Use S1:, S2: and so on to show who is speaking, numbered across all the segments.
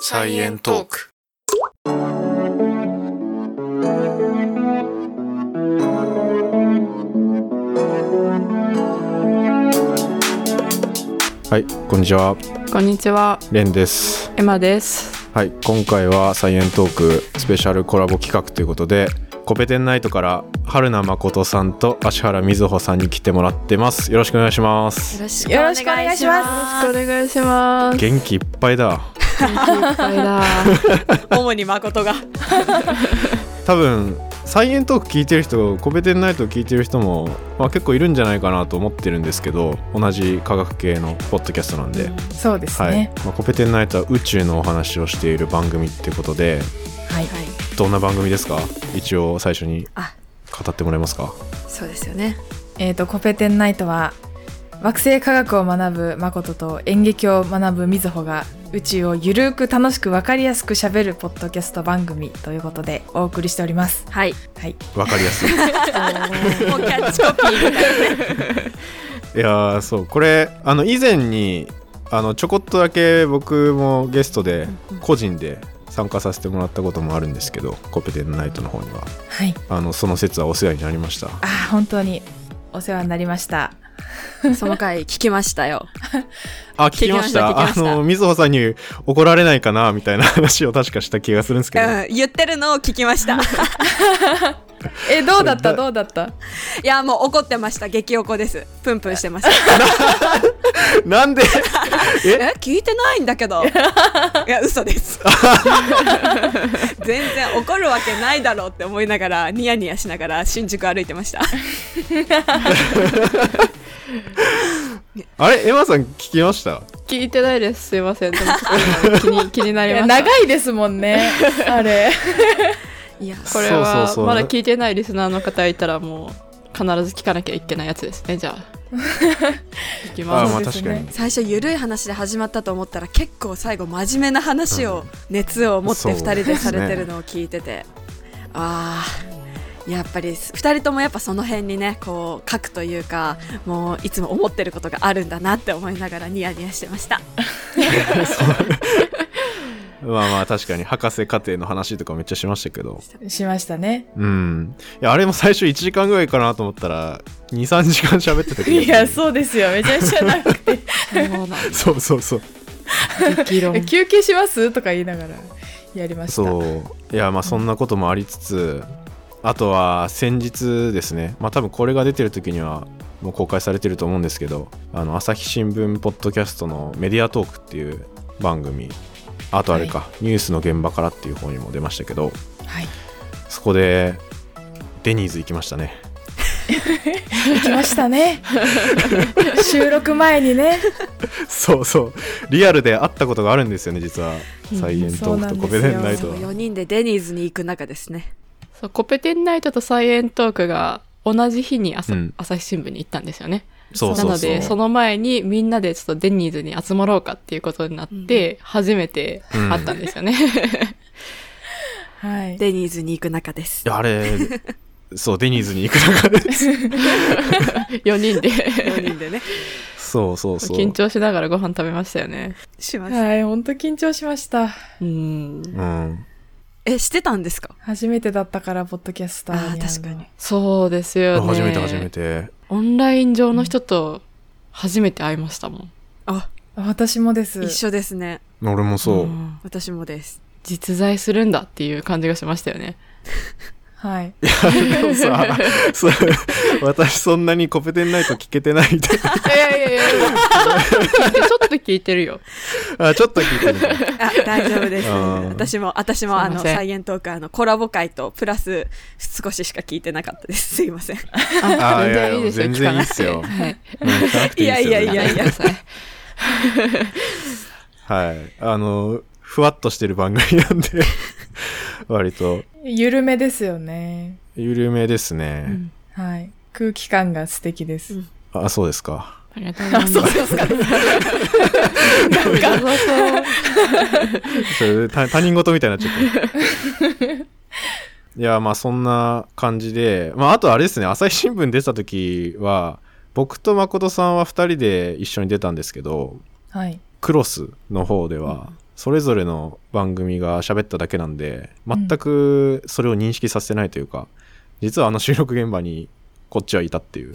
S1: サイエントーク。
S2: はい、こんにちは、
S1: こんにちは、
S2: レンです。
S1: エマです。
S2: はい、今回はサイエントークスペシャルコラボ企画ということで、コペテンナイトから春名誠さんと芦原瑞穂さんに来てもらってます。よろしくお願いします。
S3: よろし
S1: よろしくお願いします。よろしくお願いします。
S2: 元気いっぱいだ。
S1: いっぱ いだ。
S3: 主に誠が。
S2: 多分サイエントーク聞いてる人、コペテンナイト聞いてる人も、まあ、結構いるんじゃないかなと思ってるんですけど、同じ科学系のポッドキャストなんで、
S4: そうです
S2: はい
S4: ね。
S2: まあ、コペテンナイトは宇宙のお話をしている番組ってことで、
S4: はい。
S2: どんな番組ですか一応最初に
S1: あ
S2: 語ってもらえますか
S1: そうですよね。
S4: えっ、と、コペテンナイトは、惑星科学を学ぶ誠と演劇を学ぶ瑞穂が宇宙をゆるく楽しく分かりやすく喋るポッドキャスト番組ということでお送りしております。
S1: はい。
S4: はい。
S2: わかりやすい
S3: もうキャッチコピーみたいな。
S2: いやーそうこれあの以前にあのちょこっとだけ僕もゲストで個人で参加させてもらったこともあるんですけどコペテンナイトの方には
S4: はい。
S2: あのその説はお世話になりました
S4: ああ、本当にお世話になりました。
S3: その回聞きましたよ。
S2: あ聞きました
S3: 聞きました
S2: あの水穂さんに怒られないかなみたいな話を確かした気がするんですけど、
S3: うん、 言ってるのを聞きました。 い
S4: え、どうだっ
S2: そ
S4: た
S2: れだ
S4: どうだった
S3: や、もう怒ってました。激怒です。プンプンしてました。
S2: なんで え
S3: え、聞いてないんだけ ど。いや、嘘です。全然怒るわけないだろうって思いながら、ニヤニヤしながら新宿歩いてました。
S2: あれエマさん聞きました
S1: 聞いてないです。すいません。でもちょっと今気に気にないり
S4: や
S1: ました。
S4: 長いですもんね。 あれ。
S3: いや、
S1: これは
S2: そうそうそう
S1: まだ聞いてないリスナーの方いたらもう必ず聞かなきゃいけないやつですね。じゃあ 行き
S2: あ
S1: ま
S2: ーま
S1: す。
S4: そ
S2: あ
S4: うで
S2: 確
S4: す
S2: か
S4: ね
S2: に
S3: 最初ゆるい話で始まったと思ったら結構最後真面目な話を熱を持って
S2: そう
S3: 2人でされてるのを聞いてて、ああやっぱり2人ともやっぱその辺にねこう書くというかもういつも思ってることがあるんだなって思いながらニヤニヤしてました
S2: まあまあ確かに博士課程の話とかめっちゃしましたけど
S4: しましたね。
S2: うんいやあれも最初1時間ぐらいかなと思ったら23時間喋ってたけど
S4: いや、そうですよ。めちゃめちゃ長くて。
S1: もうな
S2: そうそうそう
S1: 激 論
S4: え休憩しますとか言いながらやりました。
S2: そういやまあそんなこともありつつあとは先日ですねまあ多分これが出てる時にはもう公開されてると思うんですけどあの朝日新聞ポッドキャストのメディアトークっていう番組あとあれか、ニュースの現場からっていう方にも出ましたけど
S4: はい。
S2: そこでデニーズ行きましたね
S4: 行きました ね収録前にね
S2: そうそうリアルで会ったことがあるんですよね実は
S1: うん
S2: サイエン
S4: そ
S2: トー
S4: うな
S2: ク
S4: ん
S2: と
S4: で
S2: コ
S4: すよ
S2: ペテンナイトは
S3: 4人でデニーズに行く中ですね
S1: そうコペテンナイトとサイエントークが同じ日に朝,、
S2: うん
S1: 朝日新聞に行ったんですよね。
S2: そう
S1: な
S2: そう
S1: の
S2: そう
S1: でその前にみんなでちょっとデニーズに集まろうかっていうことになって、初めて会ったんですよね。
S4: はい
S3: デニーズに行く中です
S2: いやあれ そうデニーズに行く中で
S1: 4人で
S3: 4人でね
S2: そうそうそう
S1: 緊張しながらご飯食べましたよね。
S3: します
S4: はい本当緊張しました
S1: うん。
S2: うん
S3: えしてたんですか
S4: 初めてだったからポッドキャスターに
S3: あー確かに
S1: そうですよね。
S2: 初めて初め。て
S1: オンライン上の人と初めて会いましたもん。
S3: あ
S4: あの私もです
S3: 一緒ですね
S2: 俺もそう、
S1: ん
S3: 私もです
S1: 実在するんだっていう感じがしましたよね。
S4: はい
S2: でもさそう私そんなにコペテンナイト聞けてないみ たいない
S1: やいやいや、ちょっと聞いてるよ。
S2: あちょっと聞いてみた
S3: あ大丈夫です。
S2: うん
S3: 私も、私も、あ
S1: すい
S3: の、
S1: ません
S3: サイエントーク、あの、コラボ会と、プラス、少ししか聞いてなかったです。すいません。
S2: あい
S1: 全
S2: や
S1: 然いいですよ。
S2: 全然いいっす
S1: 聞
S2: よ
S1: かなくてはい。
S2: うん聞かなくていいですよ
S3: いやいやいや
S1: 聞かなくてください
S2: はいあのふわっとしてる番組なんで割と
S4: 緩めですよね
S2: 緩めですね、
S1: うん
S4: はい空気感が素敵です、
S3: うん
S2: あそうですか
S1: ありがとうございます。
S4: ですか
S1: そうそう
S2: それた他人事みたいになっちゃった。いやまあそんな感じで、まあ、あとあれですね朝日新聞出た時は僕と誠さんは2人で一緒に出たんですけど
S4: はい
S2: クロスの方ではそれぞれの番組が喋っただけなんで全くそれを認識させてないというか、実はあの収録現場にこっちはいたっていう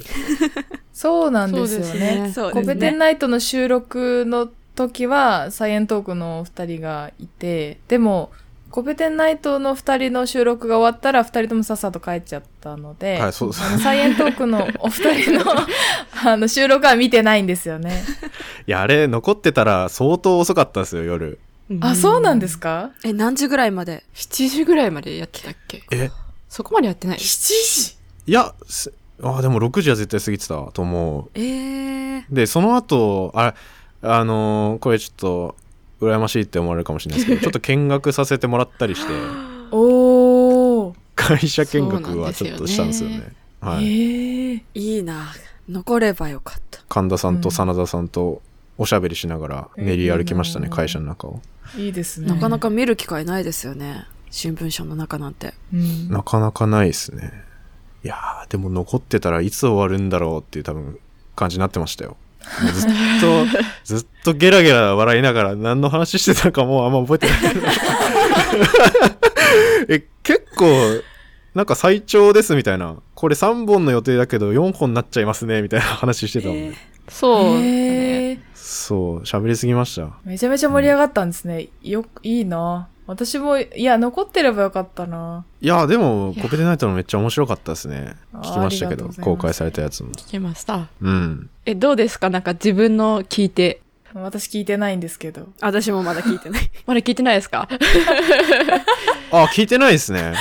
S4: そうなんですよ
S1: そうです
S4: ね
S1: ね
S3: そう
S4: コ
S3: で
S4: ペ
S3: す
S4: テン
S3: ね。
S4: ナイトの収録の時は、サイエントークのお二人がいて、でも、コペテンナイトの二人の収録が終わったら、二人ともさっさと帰っちゃったので、
S2: はいそうです
S4: あのサイエントークのお二人の あの収録は見てないんですよね。
S2: いやあれ残ってたら相当遅かったんですよ夜
S4: あ、そうなんですすか
S3: え、何時ぐらいまで
S1: 7時ぐらいまでやってたっけ
S2: え
S1: そこまでやってない
S4: ?7 時
S2: いやすあでも6時は絶対過ぎてたと思
S3: えー、
S2: うでその後ああのーこれちょっと羨ましいって思われるかもしれないですけどちょっと見学させてもらったりして
S4: おー。
S2: 会社見学はちょっとしたんですよね
S1: そうなん
S2: はい、
S4: えー
S3: いいな。残ればよかった。
S2: 神田さん
S4: う
S2: と
S4: ん
S2: 真田さんとおしゃべりしながら練り歩きましたね、
S4: うん
S2: 会社の中を
S4: いいですね。
S3: なかなか見る機会ないですよね。新聞社の中なんて。
S4: うん、
S2: なかなかないですねいやーでも残ってたらいつ終わるんだろうっていう多分感じになってましたよもうずっと ずっとゲラゲラ笑いながら何の話してたかもうあんま覚えてない え結構なんか最長ですみたいなこれ3本の予定だけど4本になっちゃいますねみたいな話してたもんね、
S1: そうだね
S4: えー
S2: そう喋りすぎました
S4: めちゃめちゃ盛り上がったんですね。よ、いいな私も、いや、残ってればよかったない
S2: やでも
S1: いや
S2: コペテナイトのめっちゃ面白かったですね
S4: あー
S2: 聞きましたけど
S4: ありがとうございます
S2: 公開されたやつも
S1: 聞けました
S2: うん
S1: えどうですかなんか自分の聞いて
S4: 私聞いてないんですけど。
S3: 私もまだ聞いてない。聞
S1: まだ聞いてないですか
S2: あ聞いてないですね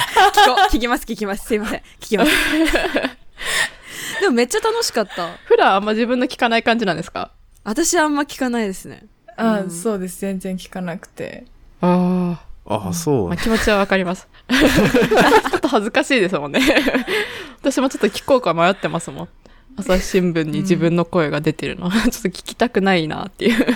S3: こ う聞きます、聞きます。すいません。聞きます。 でもめっちゃ楽しかった。
S1: 普段あんま自分の聞かない感じなんですか
S3: 私あんま聞かないですね。
S4: あ、
S3: うん
S4: そうです。全然聞かなくて。
S1: あ
S2: あそう
S1: まあ、気持ちはわかり ますちょっと恥ずかしいですもんね 私もちょっと聞こうか迷ってますもん朝日新聞に自分の声が出てるの、ちょ っと聞きたくないなっていう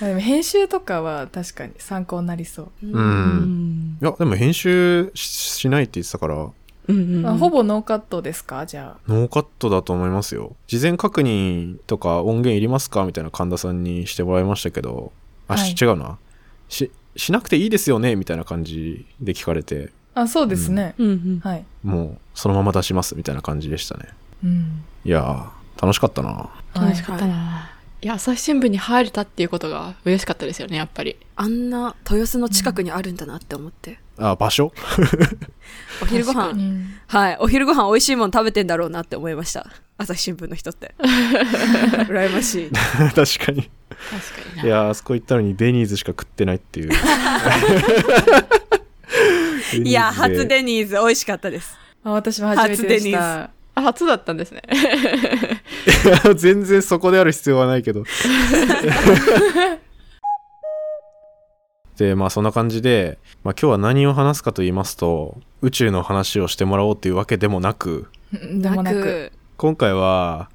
S4: まあでも編集とかは確かに参考になりそう。
S2: う
S1: うんん
S2: いやでも編集ししないって言ってたから
S1: うん
S4: まあほぼノーカットですかじゃあ。
S2: ノーカットだと思いますよ事前確認とか音源いりますかみたいな神田さんにしてもらいましたけどあ、し違うなししなくていいですよねみたいな感じで聞かれて
S4: あ、そうですね。
S1: うんうん
S4: はい。
S2: もうそのまま出しますみたいな感じでしたね
S4: うん。
S2: いやー楽しかったな
S1: 楽しかったな、い、や朝日新聞に入れたっていうことが嬉しかったですよねやっぱり
S3: あんな豊洲の近くにあるんだなって思って。
S2: あ場所
S3: お昼ご
S1: 確
S4: はい
S3: 飯、はい。お昼ご飯美味しいもの食べてんだろうなって思いました。朝日新聞の人って。羨ましい。
S2: 確かに
S1: 確かにない
S2: やーあそこ行ったのにデニーズしか食ってないっていう
S3: いや、初
S2: で
S3: デニーズ美味しかったです。
S4: あ私も初めてでし
S3: 初
S4: た。
S1: あ初だったんですね
S2: 全然そこである必要はない けどでまあそんな感じで、まあ、今日は何を話すかと言いますと宇宙の話をしてもらおうというわけでもなく
S4: うんでもなく。
S2: 今回は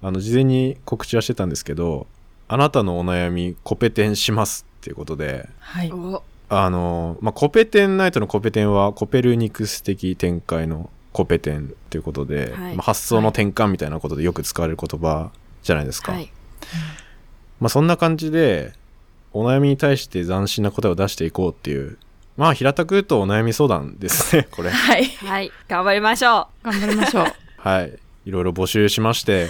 S2: あの事前に告知はしてたんですけどあなたのお悩みコペテンしますっていうことで
S4: はい。
S3: お
S2: あの、まあ、コペテンナイトのコペテンはコペルニクス的展開のコペテンということで、
S3: はい
S2: まあ発想の転換みたいなことでよく使われる言葉じゃないですか。
S3: はい。
S2: まあそんな感じで、お悩みに対して斬新な答えを出していこうっていう、まあ平たく言うとお悩み相談です ね、これ。
S4: はい。
S3: はい。頑張りましょ
S1: 頑張りましょう
S2: はい。いろいろ募集しまして、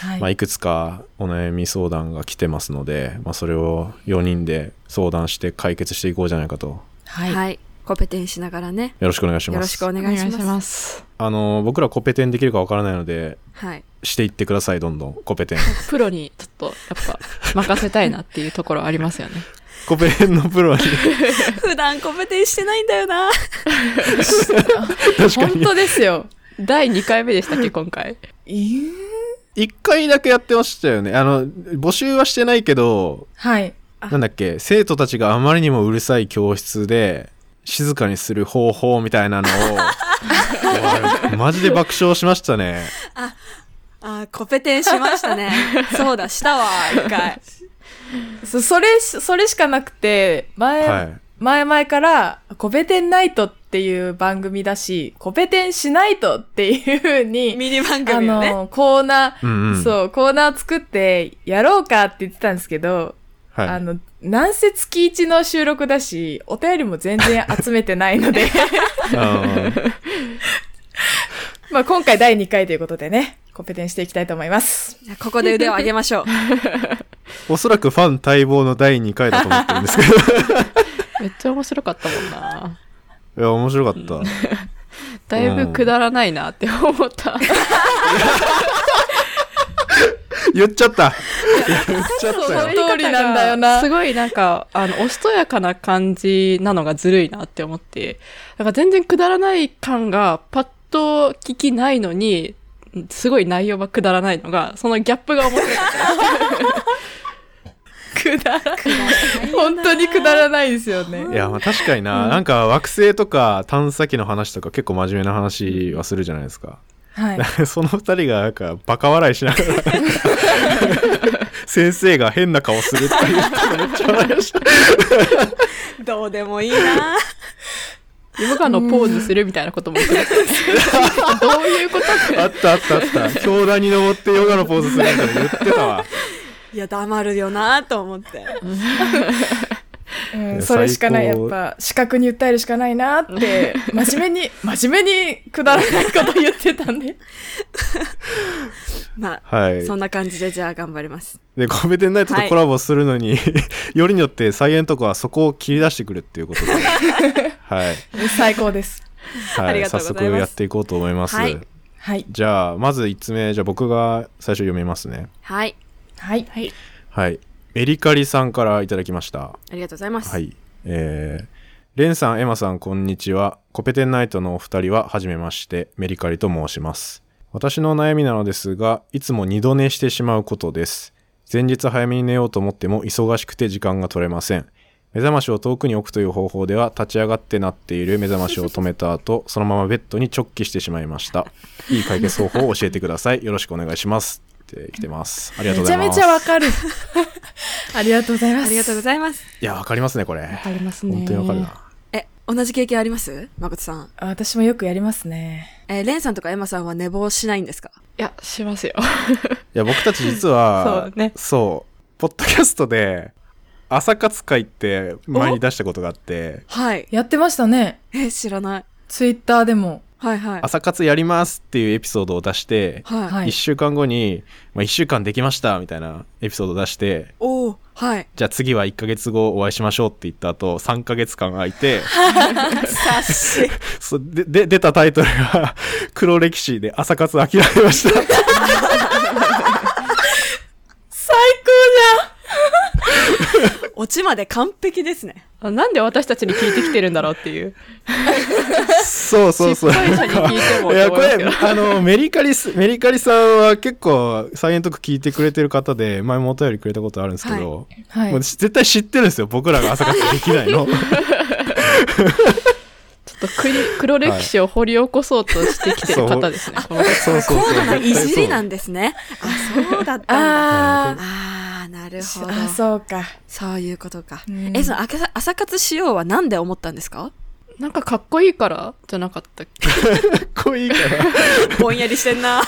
S4: はいい。
S2: まあ、いくつかお悩み相談が来てますので、まあ、それを4人で相談して解決していこうじゃないかと。よ
S3: う。
S4: は。
S3: はいい。コペテンしながらね。
S2: ろしくお願いし
S3: よ
S2: ま
S3: ろし
S2: す。
S3: くお
S1: お
S3: 願
S1: 願
S3: い
S1: い
S3: し
S1: し
S3: ます。
S1: ます
S2: あの、僕らコペテンできるかわからないので、
S3: はい。
S2: していってください、どんどん。コペテン。
S1: プロにちょっとやっぱ任せたいなっていうところありますよね
S2: コペテンのプロに。
S3: 普段コペテンしてないんだよな。
S2: 確か
S4: 本
S2: に。
S4: 当ですよ。
S1: 第2回目でしたっけ今回
S4: えー
S2: 1回だけやってましたよね。あの、募集はしてないけど、
S4: はい。
S3: あ
S2: なんだっけ生徒たちがあまりにもうるさい教室で静かにする方法みたいなのをい やマジで爆笑しましたね
S3: あ、コペテンしましたね。そうだ、したわ、一回。
S4: そそれ、それしかなくて、前、
S2: はい
S4: 前々から、コペテンナイトっていう番組だし、コペテンしないとっていうふうに、
S3: ミニ番
S4: あ
S3: 組をね。
S4: の、コーナー、
S2: うんうん
S4: そう、コーナーを作ってやろうかって言ってたんですけど、
S2: はい
S4: あの、なんせ月一の収録だし、お便りも全然集めてないの で、
S2: うん
S4: まあ今回第2回ということでね、コンペテンしていきたいと思います。
S3: じゃあここで腕を上げましょう。
S2: おそらくファン待望の第2回だと思ってるんですけ ど
S1: めっちゃ面白かったもんな。
S2: いや面白かった
S1: だいぶくだらないなって思 った。
S2: 言っちゃった言っちゃっ
S4: そ
S2: た
S4: の
S2: よ
S4: 通りなんだよな
S1: す。ごいなんか、あの、おしとやかな感じなのがずるいなって思って、なんか全然くだらない感がパッと聞きないのに、すごい内容がくだらないのが、そのギャップが面白い。
S4: くだら本当にくだらないですよね。
S2: いやまあ確かにな、なんか惑星とか探査機の話とか結構真面目な話はするじゃないですか、
S4: は い。
S2: その二人がなんかバカ笑いしながら 先生が変な顔するっていうめっちゃ笑いました
S3: どうでもいいな。
S1: ヨガのポーズするみたいなことも言ってた どういうこと
S2: あったあったあった教壇に登ってヨガのポーズするみたいなの言ってたわ
S3: いや、黙るよなと思って。
S4: うんそれしかない。やっぱ、視覚に訴えるしかないなって、真面目に、真面目にくだらないこと言ってたんで。
S3: まあ、
S2: はい
S3: そんな感じでじゃあ頑張ります。
S2: でコメデンナイトとコラボするのに、 よりによってサイエントコはそこを切り出してくるっていうことで はい、
S4: 最高です。
S2: は
S3: あり
S2: い、
S3: がと
S2: 早
S3: うございま
S2: 速
S3: す
S2: やっていこうと思います、
S3: はい
S4: はい。
S2: じゃあまず1つ目じゃあ僕が最初読みますね
S3: はい。
S4: はい。
S2: はいメリカリさんからいただきました
S3: ありがとうございます。
S2: はい。えーレンさん、エマさん、こんにちは。コペテンナイトのお二人は、はじめまして、メリカリと申します。私の悩みなのですが、いつも二度寝してしまうことです。前日早めに寝ようと思っても、忙しくて時間が取れません。目覚ましを遠くに置くという方法では、立ち上がってなっている目覚ましを止めた後、そのままベッドに直帰してしまいました。いい解決方法を教えてください。よろしくお願いします。って来てます。ありがとう
S4: め
S2: ご
S4: ち
S2: ざい
S4: ゃ
S2: ます。
S4: めちゃわかる。ありがとうございます。
S3: ありがとうございます。
S2: いや、わかりますね、これ。
S1: あります
S2: 本当にわかるな。
S3: え、同じ経験あります誠さん。
S4: 私もよくやりますね。
S3: えーレンさんとかエマさんは寝坊しないんですか
S1: いや、しますよ。
S2: いや僕たち実は
S1: そうね
S2: そうポッドキャストで朝活会って前に出したことがあって
S3: はい。
S4: やってましたね。
S3: え、知らない。
S4: ツイッターでも。
S3: はいはい。
S2: 朝活やりますっていうエピソードを出して、
S3: はい。
S4: はい
S2: 1週間後に、まあ、1週間できましたみたいなエピソードを出して
S3: おおはい。
S2: じゃあ次は1ヶ月後お会いしましょうって言った後3ヶ月間空い て
S3: 察し。
S2: そうでで出たタイトルが「黒歴史」で朝活諦めました
S4: 最
S3: オチまで完璧ですね。
S1: あなんで私たちに聞いてきてるんだろうっていう。
S2: そうそうそう
S1: 失敗者に聞いても
S2: いや
S1: と
S2: こ
S1: 思いますけ
S2: れ
S1: ど。
S2: あのメリカリスメリカリさんは結構サイエントク聞いてくれてる方で前もお便りくれたことあるんですけど、
S4: 高じゃん。
S2: も
S4: は
S2: う
S4: い。
S2: 絶対知ってるんですよ僕らが朝活できないの
S1: ちょっとくり黒歴史を掘り起こそうとしてきてる方ですね。この
S2: そうそう
S3: 高度ない
S2: 絶対そう
S3: じりなんですね。あ、そうだったんだ。
S4: あ
S3: あー、なるほ
S4: ー
S3: ど。
S4: あ、そうか。
S3: そういうことか。
S4: うん
S3: え、その朝朝活しようはなんで思ったんですか
S1: なんかかっこいいからじゃなかったっけ
S2: かっこいい から
S3: ぼんやりしてん な。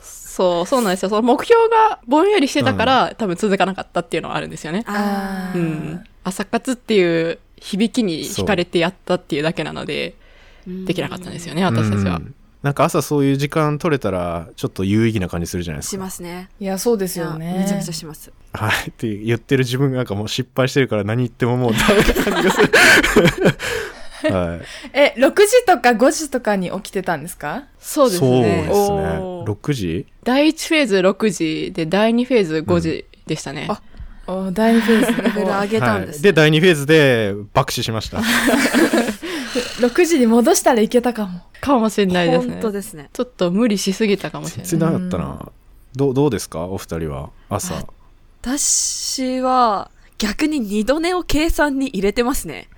S1: そう、そうなんですよ。その目標がぼんやりしてたから、多分続かなかったっていうのはあるんですよね。
S4: あ
S1: う
S4: ー
S1: ん。朝活っていう響きに惹かれてやったっていうだけなので、できなかったんです
S3: よ。
S1: よね、私たちは
S2: う。んなんか朝そういう時間取れたらちょっと有意義な感じするじゃないです
S3: し
S2: か
S3: ますね。
S4: いや、そうです
S3: いや
S4: よね。
S3: めちゃくちゃします。
S2: はいって言ってる自分がなんかもう失敗してるから何言ってももうダメな感じがするはい
S4: え、6時とか5時とかに起きてたんですか
S1: そうですね。
S2: そうですね
S1: おー
S2: 6時
S1: 第1フェーズ6時で、第2フェーズ5時でしたね。
S3: あ
S4: お第2フェー ズ
S3: レベル上げたんです、
S2: はい、で第2フェーズで爆死しました
S4: 6時に戻したらいけたかも。
S1: かもしれないですね
S3: 本。当ですね。
S1: ちょっと無理しすぎたかもしれ
S2: 全
S1: ない。
S2: 然なかったな。どうどうですかお二人は朝。
S3: 私は、逆に二度寝を計算に入れてますね。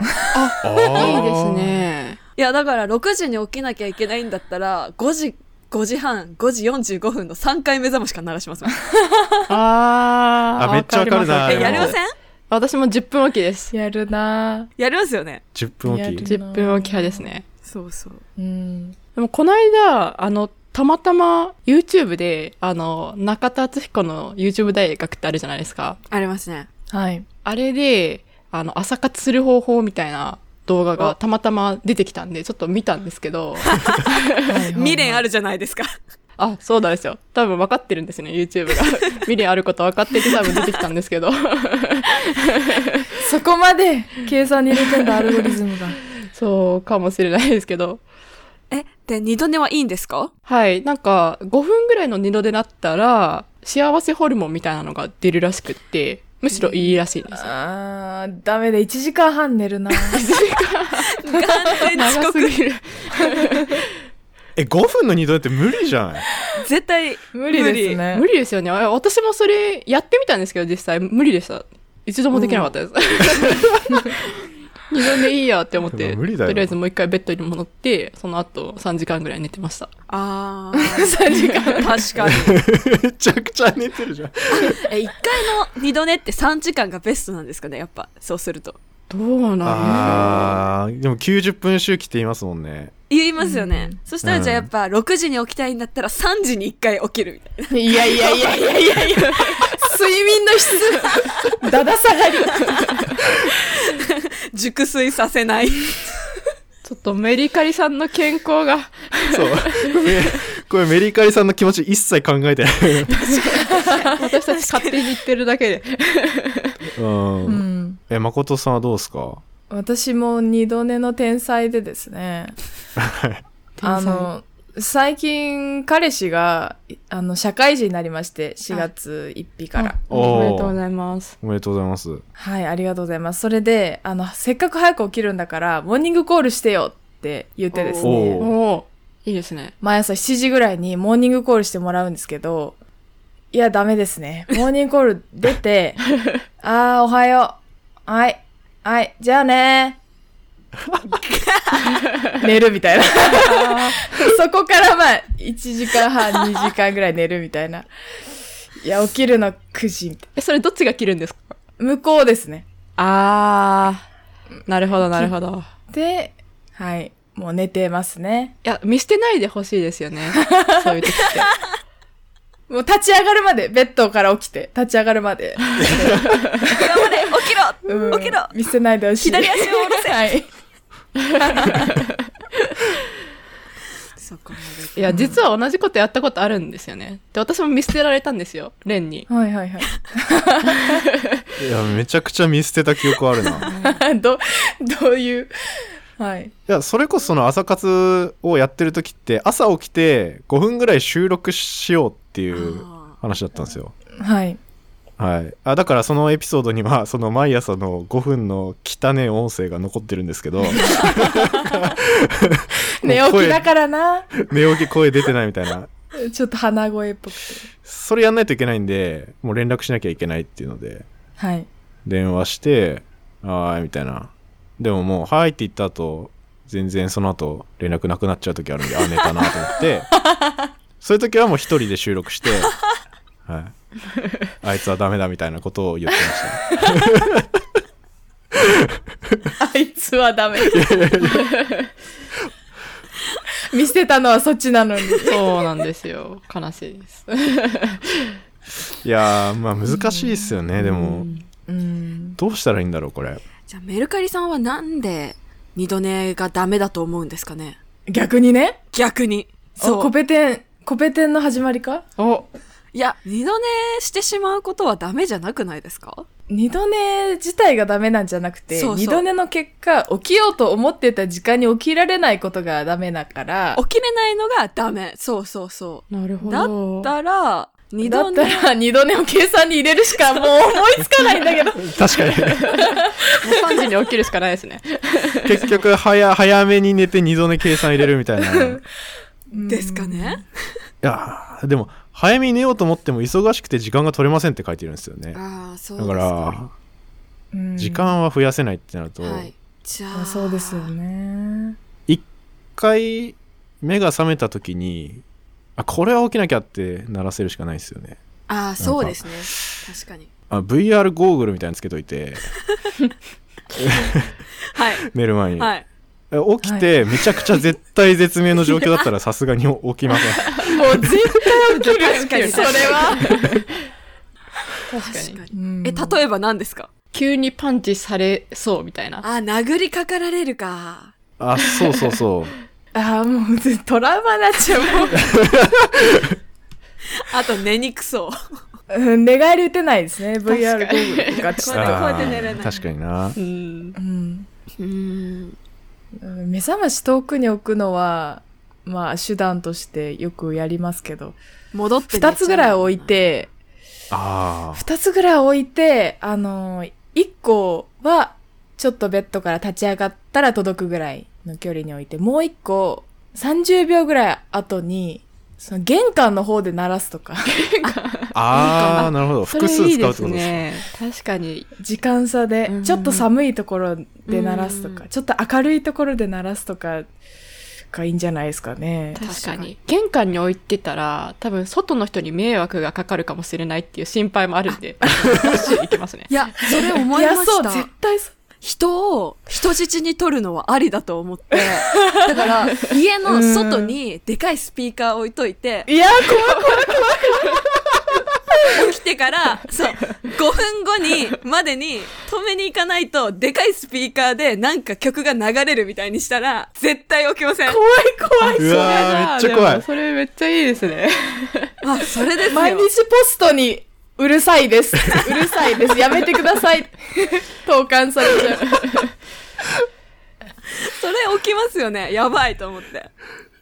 S2: いい
S1: いいです。ね。
S3: いや、だから6時に起きなきゃいけないんだったら、5時、5時半、5時45分の3回目覚ましから鳴らしますもん。
S1: あー。
S2: あめっちゃわかるな
S1: わ
S2: あ
S1: り
S3: え、
S1: す
S3: や
S2: る
S3: り
S2: わ
S3: ません
S1: 私も10分おきです。
S4: やるな
S3: やりますよね。
S2: 10分おき。
S1: 10分おき派ですね。
S3: そうそう。
S4: ぁ。うん。
S1: でもこの間、あの、たまたま YouTube で、あの、中田敦彦の YouTube 大学ってあるじゃないですか。
S3: ありますね。
S4: はい。
S1: あれで、あの、朝活する方法みたいな動画がたまたま出てきたんで、ちょっと見たんですけど、
S3: 未練あ
S4: る。
S3: るじゃないですか。
S1: あ、そうなんですよ。多分分かってるんですね、YouTube が。未練あること分かってて多分出てきたんですけど。
S4: そこまで計算に入れてんだ、アルゴリズムが。
S1: そうかもしれないですけど。
S3: え、で、二度寝はいいんですか
S1: はい。なんか、5分ぐらいの二度でなったら、幸せホルモンみたいなのが出るらしくって、むしろいいらしいです。
S4: あー、ダメだ、1時間半寝るな。
S3: 完全に遅
S1: 長す
S3: 刻。
S1: ぎる。
S2: え5分の二度やって無理じゃない
S3: 絶対
S4: 無理ですね。
S1: 無理ですよね。あ私もそれやってみたんですけど、実際無理でした。一度もできなかった です。二度でいいやって思って、
S2: 無理だよ
S1: とりあえずもう一回ベッドに戻って、その後3時間ぐらい寝てました。
S3: ああ、3時 間。確かに。
S2: めちゃくちゃ寝てるじゃん
S3: え、1回の二度寝って3時間がベストなんですかね、やっぱ。そうすると。
S1: どうなん
S2: あーでも90分周期って言いますもんね
S3: 言いますよね。
S4: うん
S3: そしたらじゃあやっぱ6時に起きたいんだったら3時に1回起きるみたいな。
S1: だろういやいやいやいやいやいや。
S4: 睡眠の質、だだ下がり。
S3: 熟睡させない。
S1: ちょっとメリカリさんの健康が、
S2: そう めこれメリカリさんの気持ち一切考えてない
S1: 私たち勝手に言ってるだけで。
S2: うん、
S4: うん。
S2: え誠さんはどうですか
S4: 私も二度寝の天才でですね。あの、最近、彼氏が、あの、社会人になりまして、4月1日から。
S1: あおめでとうございます。
S2: おめでとうございます
S4: はい、ありがとうございます。それで、あの、せっかく早く起きるんだから、モーニングコールしてよって言ってです
S2: お
S4: ね、
S1: おおいいですね。
S4: 毎朝7時ぐらいにモーニングコールしてもらうんですけど、いや、ダメですね。モーニングコール出て、あー、おはよう。はい。はい。じゃあね寝るみたいな。そこからまあ、1時間半、2時間ぐらい寝るみたいな。いや、起きるの9時みたい
S1: え、それどっちが切るんですか
S4: な。向こうですね。
S1: あー、なるほどなるほど。
S4: で、はい。もう寝てますね。
S1: いや、見捨てないでほしいですよ ね。そういう時って。
S4: もう立ち上がるまで、ベッドから起きて、立ち上がるまで。
S3: 頑張れ起きろ
S4: うん
S3: 起きろ
S4: 見せないでほしい。
S3: 左足を下ろせ
S4: はい。
S3: そこ
S1: いや、実は同じことやったことあるんですよね。で、私も見捨てられたんですよ。レンに。
S4: はいはいはい。
S2: いやめちゃくちゃ見捨てた記憶ある ない
S4: ど、どういう。はい。
S2: やそれこそその朝活をやってる時って朝起きて5分ぐらい収録しようっていう
S3: あ
S2: 話だったんですよ
S4: はい。
S2: はい、あだからそのエピソードにはそ の毎朝の5分の汚ね音声が残ってるんですけど
S4: 寝起きだからな。
S2: 寝起き声出てないみたいな
S4: ちょっと鼻声っぽくて。
S2: それやんないといけないんでもう連絡しなきゃいけないっていうので
S4: はい。
S2: 電話して「はーい」みたいなでももう「はい」って言った後全然その後連絡なくなっちゃう時あるんであ寝たなと思ってそういう時はもう一人で収録して、はい、あいつはダメだみたいなことを言ってました
S4: あいつはダメ。見捨てたのはそっちなのに。
S1: そうなんですよ。悲しいです。
S2: いやーまあ難しいっすよねでも
S4: うん。
S2: どうしたらいいんだろうこれ
S3: じゃあメルカリさんはなんで二度寝がダメだと思うんですかね
S4: 逆にね。
S3: 逆に。
S4: そう。
S3: そ
S4: コ
S3: う。
S4: ペテン、コペテンの始まりか
S1: お、
S3: いや、二度寝してしまうことはダメじゃなくないですか
S4: 二度寝自体がダメなんじゃなくて
S3: そうそう
S4: 二度寝の結果起きようと思ってた時間に起きられないことがダメだから
S3: 起きれないのがダメ。そうそうそ
S1: なるほ
S3: う。だ
S1: ど。
S3: ったら、二
S4: だ
S3: 度
S4: った
S3: 寝
S4: ら二度寝を計算に入れるしかもう思いつかないんだけど
S2: 確かに
S1: もう3時に起きるしかないですね。
S2: 結局早早めに寝て二度寝計算入れるみたい ない
S3: ですかね
S2: やーでも早めに寝ようと思っても忙しくて時間が取れませんって書いてるんですよね
S3: ああ、そうで
S2: だ
S3: す
S2: から
S4: うん
S2: 時間は増やせないってなると
S3: はい。じゃ
S4: ま
S3: あ、
S4: あそうですよね
S2: 一回目が覚めた時にあこれは起きなきゃって鳴らせるしかないですよね
S3: ああ、そうですね。確かに。
S2: あ VR ゴーグルみたいにつけといて
S3: はい。
S2: 寝る前に、
S3: はい。
S2: え起きて、めちゃくちゃ絶対絶命の状況だったらさすがに起きません
S4: もう絶対起きる
S3: 確かに
S4: それは
S1: 確かに。
S4: うん
S3: え、例えば何ですか
S1: 急にパンチされそうみたいな。
S3: あ、殴りかかられるか。
S2: あそうそうそう
S4: ああ、もう、トラウマになっちゃ
S3: あと寝にくそう。
S4: う。 うん、寝返り打てないですね。
S1: かに
S4: VR ゴーグルとかちょっ
S3: こう
S4: と。
S3: やって
S2: あー
S3: 寝れない
S2: 確かにな
S1: うん
S4: う。
S3: う
S4: ん。
S3: ん。
S4: 目覚まし遠くに置くのは、まあ、手段としてよくやりますけど、
S3: 戻って寝ちゃう
S4: 二つぐらい置い。て、
S2: あー
S4: 二つぐらい置いて、あのー、一個は、ちょっとベッドから立ち上がったら届くぐらいの距離に置いて、もう一個、30秒ぐらい後に、その玄関の方で鳴らすとか、
S2: あーなるほど複数使うってことですね
S1: ね。確かに。
S4: 時間差で
S3: うんうん、
S4: ちょっと寒いところで鳴らすと
S3: うんう
S4: か、ちょっと明るいところで鳴らすとかがいいんじゃないですかね。
S1: 確
S3: か
S1: か
S3: に
S1: に。玄関に置いてたら、多分外の人に迷惑がかかるかもしれないっていう心配もあるんで、行きますね
S3: い。や、それ思
S4: い
S3: いま
S4: や、そ
S3: し
S4: う、
S3: た。
S4: 絶対そう。
S3: 人を人質に取るのはありだと思って。 だから、家の外にでかいスピーカー置いといて、
S4: いや、怖い
S3: 起きてから、そう、5分後に、までに止めに行かないと、でかいスピーカーでなんか曲が流れるみたいにしたら、絶対起きません。
S4: 怖い、怖い。
S2: うわーめっちゃ怖
S1: で
S2: い
S1: もそれめっちゃいいですね。
S3: あ、それですよ。
S4: 毎日ポストに、うるさいです。うるさいです。やめてください。投函されちゃう。
S3: それ起きますよね。やばいと思って。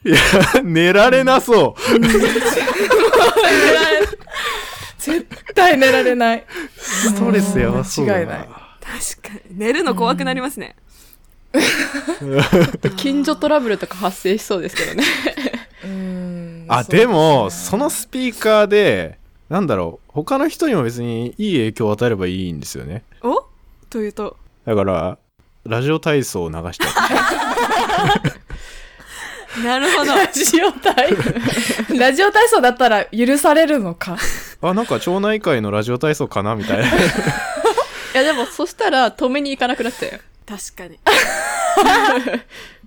S2: いや寝られなそう
S4: 絶対寝られない。
S2: ストレスやばそうだ
S4: 間違いない
S3: 確かに。寝るの怖くなりますね。
S1: 近所トラブルとか発生しそうですけどね。
S2: あでもそのスピーカーでなんだろう他の人にも別にいい影響を与えればいいんですよね
S3: おというと。
S2: だからラジオ体操を流して
S3: なるほど。
S4: ラジオ 体操。ラジオ体操だったら許されるのか。
S2: あなんか町内会のラジオ体操かなみたいな
S1: いやでもそしたら止めに行かなくなっちゃうよ。
S3: 確かに。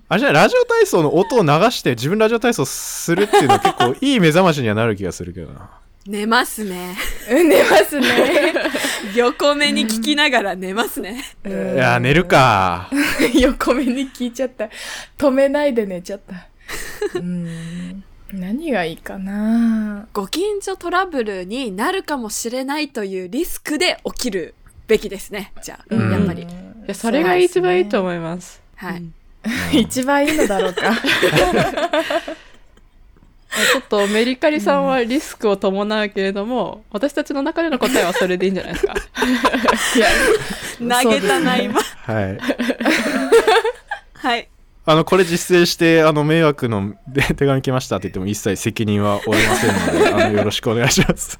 S2: あじゃあラジオ体操の音を流して自分ラジオ体操するっていうのは結構いい目覚ましにはなる気がするけどな
S3: 寝ますね。
S4: うん寝ますね。
S3: 横目に聞きながら寝ますね。
S2: いや寝るか
S4: 横目に聞いちゃった。止めないで寝ちゃった。うん何がいいかな
S3: ご近所トラブルになるかもしれないというリスクで起きるべきですね。じゃあ、
S2: うん
S3: やっぱり。
S1: いやそれが一番いいと
S4: 思
S1: 思います。
S3: は
S1: う
S3: い。
S1: ん
S4: う。一番いいのだろうか。
S1: ちょっとメリカリさんはリスクを伴うけれども、私たちの中での答えはそれでいいんじゃない ですか。
S4: いや
S3: 投げたな、
S4: そうですね
S3: 今。
S2: はい
S3: はい。
S2: あのこれ実践してあの迷惑ので手紙来ましたって言っても一切責任は負えませんのであのよろしくお願いします
S1: ぜ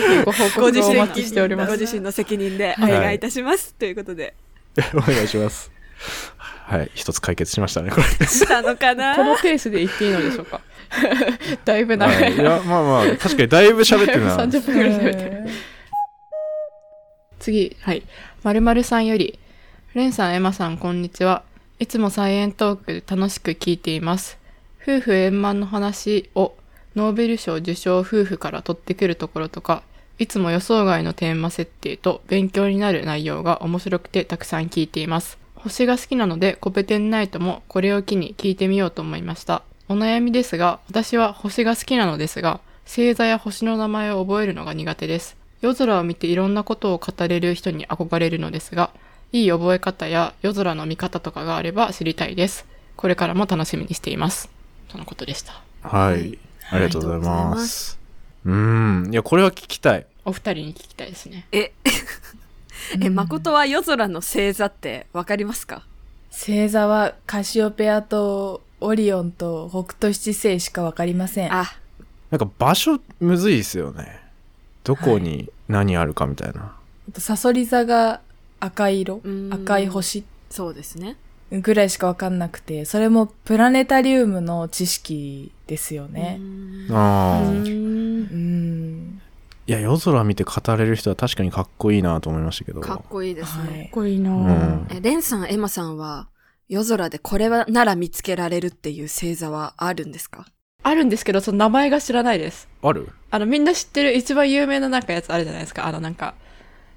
S1: ひご報告を
S3: ご
S1: お
S3: 自身
S1: 待ちしておりま
S3: ご
S1: す。
S3: 自身の責任でお
S2: い
S3: 願いいたします。ということで、
S2: お願いします。はい、一つ解決しましたね、これ。
S3: したのか な
S1: このペースで言っていいのでしょうか。 だいぶ長
S2: はい
S1: い。
S2: いや、まあまあ、確かにだいぶ喋ってる な。
S1: 30分ぐらい喋ってる。次、はい。まるまるさんより、レンさん、エマさん、こんにちは。いつもサイエントーク楽しく聞いています。夫婦円満の話をノーベル賞受賞夫婦から取ってくるところとか、いつも予想外のテーマ設定と勉強になる内容が面白くてたくさん聞いています。星が好きなのでコペテンナイトもこれを機に聞いてみようと思いました。お悩みですが、私は星が好きなのですが、星座や星の名前を覚えるのが苦手です。夜空を見ていろんなことを語れる人に憧れるのですが、いい覚え方や夜空の見方とかがあれば知りたいです。これからも楽しみにしています。とのことでした。
S2: はい、ありがとうございます。うん、いや、これは聞きたい。
S1: お二人に聞きたいですね。
S3: え、 え、誠は夜空の星座ってわかりますか
S4: 星座はカシオペアとオリオンと北斗七星しかわかりません。
S3: あ、
S2: なんか場所むずいですよね。どこに何あるかみたいな。
S4: あとサソリ座が赤色
S3: うーん
S4: 赤い星
S3: そうですね。
S4: ぐらいしかわかんなくて、それもプラネタリウムの知識ですよね。
S2: ああ、い
S3: うん
S4: うん。
S2: や、夜空見て語れる人は確かにかっこいいなと思いましたけど。
S3: かっこいいです
S4: は
S3: ね。
S4: い。
S1: こいいな
S2: うん
S3: え、レンさん、エマさんは、夜空でこれはなら見つけられるっていう星座はあるんですか
S1: あるんですけど、その名前が知らないです。
S2: ある
S1: あの、みんな知ってる一番有名ななんかやつあるじゃないですか。あの、なんか、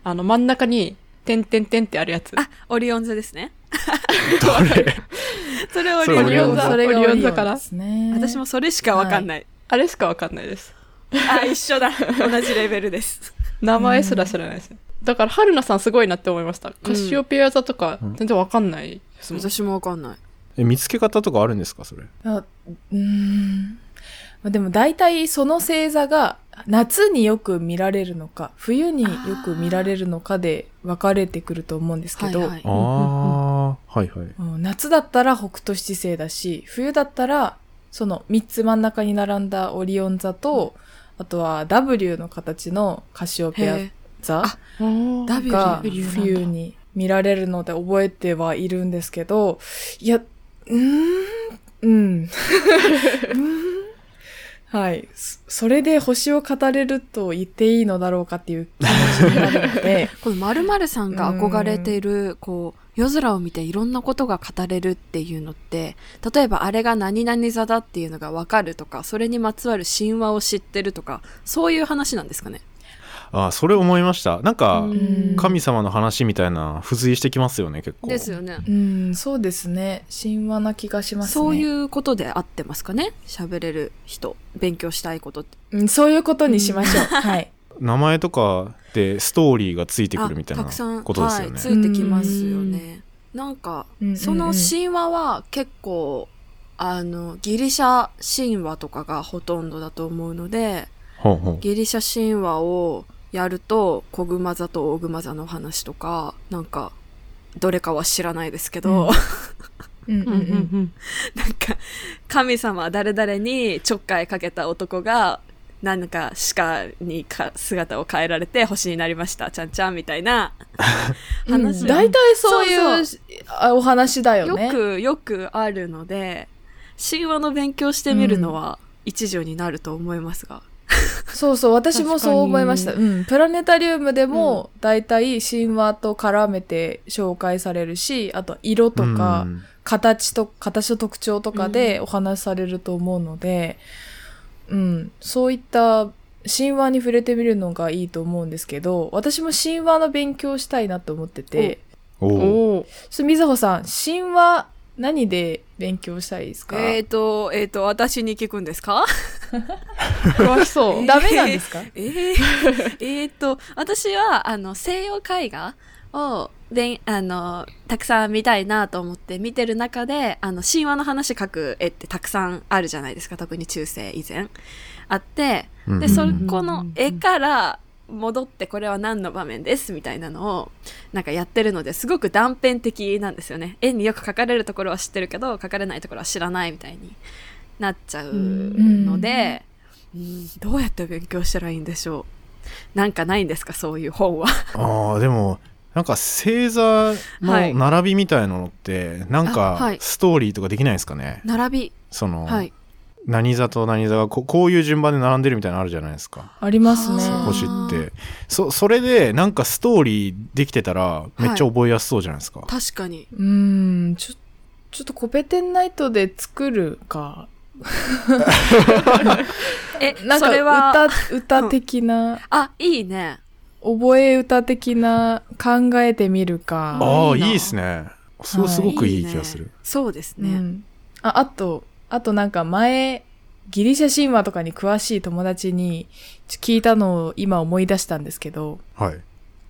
S1: あの、真ん中に、てんてんてんってあるやつ。
S3: あ、オリオン座ですね。
S2: あれ
S3: それオ
S2: そ
S3: リ
S2: れオリオ
S3: オン
S2: ン座
S3: 座。
S1: それがオリオン座から
S4: ですね。
S3: 私もそれしかわかんない。
S1: あれしかわかんないです。
S3: あ、一 緒だ。同じレベルです。
S1: 名前すら知らないですね。だから、春菜さんすごいなって思いました。カシオペア座とか、全然わかんないですも ん。
S3: 私もわかんない。
S2: え見つけ方とかあるんですかそれ
S4: あうーん。まあでも大体その星座が夏によく見られるのか、冬によく見られるのかで分かれてくると思うんですけど、
S3: はいはい
S2: ああはいはい
S4: うん夏だったら北斗七星だし、冬だったらその3つ真ん中に並んだオリオン座と、あとは W の形のカシオペア
S3: へえ。
S4: 座
S3: あ
S1: あ
S3: ダ
S1: ー
S3: ビ
S4: が
S3: ュー
S4: 冬に見られるので覚えてはいるんですけど、いや、うーん、うん。うーんはい。そそれで星を語れると言っていいのだろうかっていう気持ちになるので、
S3: この〇〇さんが憧れている、こう、夜空を見ていろんなことが語れるっていうのって、例えばあれが何々座だっていうのがわかるとか、それにまつわる神話を知ってるとか、そういう話なんですかね。
S2: あーそれ思いましたなんか
S3: うん
S4: うん
S2: 神様の話みたいな付随してきますよね結構
S3: ですよね。
S4: うん、そうですね。神話な気がしますね。、
S3: そういううことで合ってますかね喋れる人、勉強したいことって。
S4: ん、そういうことにしましょう。はい。
S2: 名前とかでストーリーがついてくるみたいな
S3: あ
S2: こ
S3: くさん
S2: とですよね、
S3: はい、ついてきますよね。なんか、
S4: うんうんうん
S3: その神話は結構、あの、ギリシャ神話とかがほとんどだと思うので、
S2: ほうほう
S3: ギリシャ神話をやると、小熊座と大熊座の話とか、なんか、どれかは知らないですけど、
S4: うんうんうんう
S1: うん
S4: ん。
S1: うんうん。
S3: なんか、 神様誰々にちょっかいかけた男が、なんか鹿にか姿を変えられて星になりました、ちゃんちゃんみたいな話、
S4: うん大体そ
S3: そ
S4: ういううあお話だよ
S3: よ
S4: ね。
S3: く、よくあるので、神話の勉強してみるのは一助になると思いますが。
S4: そうそう、私もそう思いました。
S1: 確
S4: うん。プラネタリウムでも、だいたい神話と絡めて紹介されるし、あと色とか、
S2: うん
S4: 形と、形と特徴とかでお話しされると思うので、うん、そういった神話に触れてみるのがいいと思うんですけど、私も神話の勉強したいなと思ってて、
S2: おお
S1: おー
S4: ちょっとみずほさん、神話何で勉強したいですか、
S3: えっ、と、えっ、と、私に聞くんですか
S1: 詳しそう。
S4: ダメなんですか
S3: えええーっと、私は、あの、西洋絵画を、で、あの、たくさん見たいなと思って見てる中で、あの、神話の話書く絵ってたくさんあるじゃないですか、特に中世以前。あって、で、そこの絵から戻ってこれは何の場面ですみたいなのをなんかやってるのですごく断片的なんですよね。絵によく描かれるところは知ってるけど描かれないところは知らないみたいになっちゃうので、うんどうやって勉強したらいいんでしょう。なんかないんですかそういう本は。
S2: あーでもなんか星座
S3: はい
S2: の並びみたいなのってなん
S3: あは
S2: か
S3: い
S2: ストーリーとかできないですかね、
S3: 並び。
S2: その、
S3: はい。
S2: 何座と何座がここういう順番で並んでるみたいなのあるじゃないですか
S4: ありますね。
S3: あー
S2: 星ってそそれでなんかストーリーできてたらめっちゃ覚えやすそうじゃないですか、
S3: 確かに。
S4: うーん、ちょ、ちょっとコペテンナイトで作るか。
S3: え、
S4: なん
S3: それは、
S4: か歌、歌的 な、
S3: あ、いいね。
S4: 覚え歌的な考えてみるか。
S2: ああ
S3: いいない
S2: いですねそれすごくいい気がする、
S3: ねそうです
S4: う
S3: ね。
S4: ん。あ、あと、あとなんか前、ギリシャ神話とかに詳しい友達にちょ聞いたのを今思い出したんですけど、
S2: はい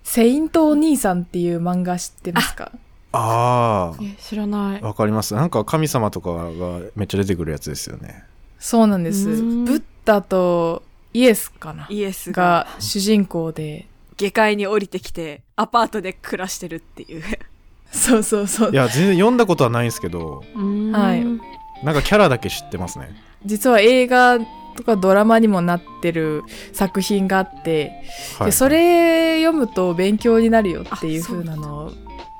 S4: セイントお兄さんっていう漫画知ってますか
S2: ああ
S1: え、知らない。
S2: わかります。なんか神様とかがめっちゃ出てくるやつですよね。
S4: そうなんです。
S1: うーん
S4: ブッダとイエスかな
S3: イエスが
S4: が主人公で、
S3: 下界に降りてきてアパートで暮らしてるっていう。
S4: そうそうそう
S2: い。や、全然読んだことはないんですけど、
S4: はい
S2: なんかキャラだけ知ってますね。
S4: 実は映画とかドラマにもなってる作品があって、
S2: は
S4: で
S2: い。
S4: それ読むと勉強になるよっていう風なのを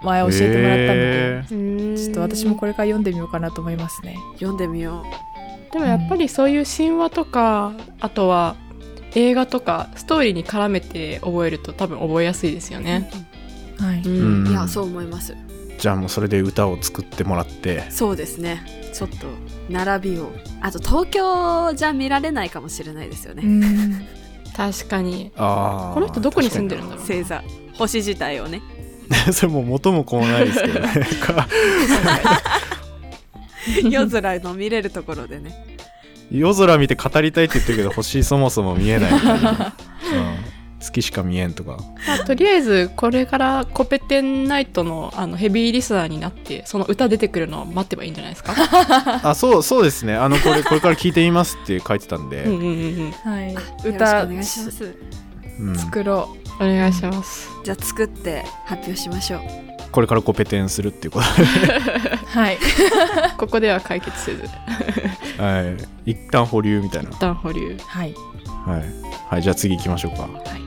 S4: 前教えてもらったので、
S2: え
S4: ち
S1: ち
S4: ょっと私もこれから読んでみようかなと思いますね。
S3: 読んでみよ
S1: でもやっぱりそういう神話とかあとは映画とかストーリーに絡めて覚えると多分覚えやすいですよね。
S4: はい、
S2: ん
S3: う。いや、そう思います。
S2: じゃあもうそれで歌を作ってもらって
S3: そうですねちょっと並びをあと東京じゃ見られないかもしれないですよね、
S4: うん
S1: 確かに。
S2: ああ
S1: この人どこに住んでるんだろう。
S3: 星座星自体 をね
S2: それもう元も子もないですけどねか
S3: 夜空の見れるところでね
S2: 夜空見て語りたいって言ってるけど星そもそも見え ないみたいな、うん月しか見えんとか
S1: まあとりあえず、これからコペテンナイトのあのヘビーリスナーになって、その歌出てくるのを待ってばいいんじゃないですか。
S2: あそうそうですねあのこれこれから聞いてみますって書いてたんで、
S1: うんうんうん
S4: はい
S3: 歌
S4: 歌
S3: お願いします
S2: うん
S4: 作ろう
S1: うん。お願いします。
S3: じゃあ作って発表しましょう
S2: これからコペテンするっていうこ
S4: はい
S1: ここでは解決せず、
S2: とはい一旦保留みたいな
S1: 一旦保留。
S4: はい
S2: はい、はい、じゃあ次行きましょうか
S1: はい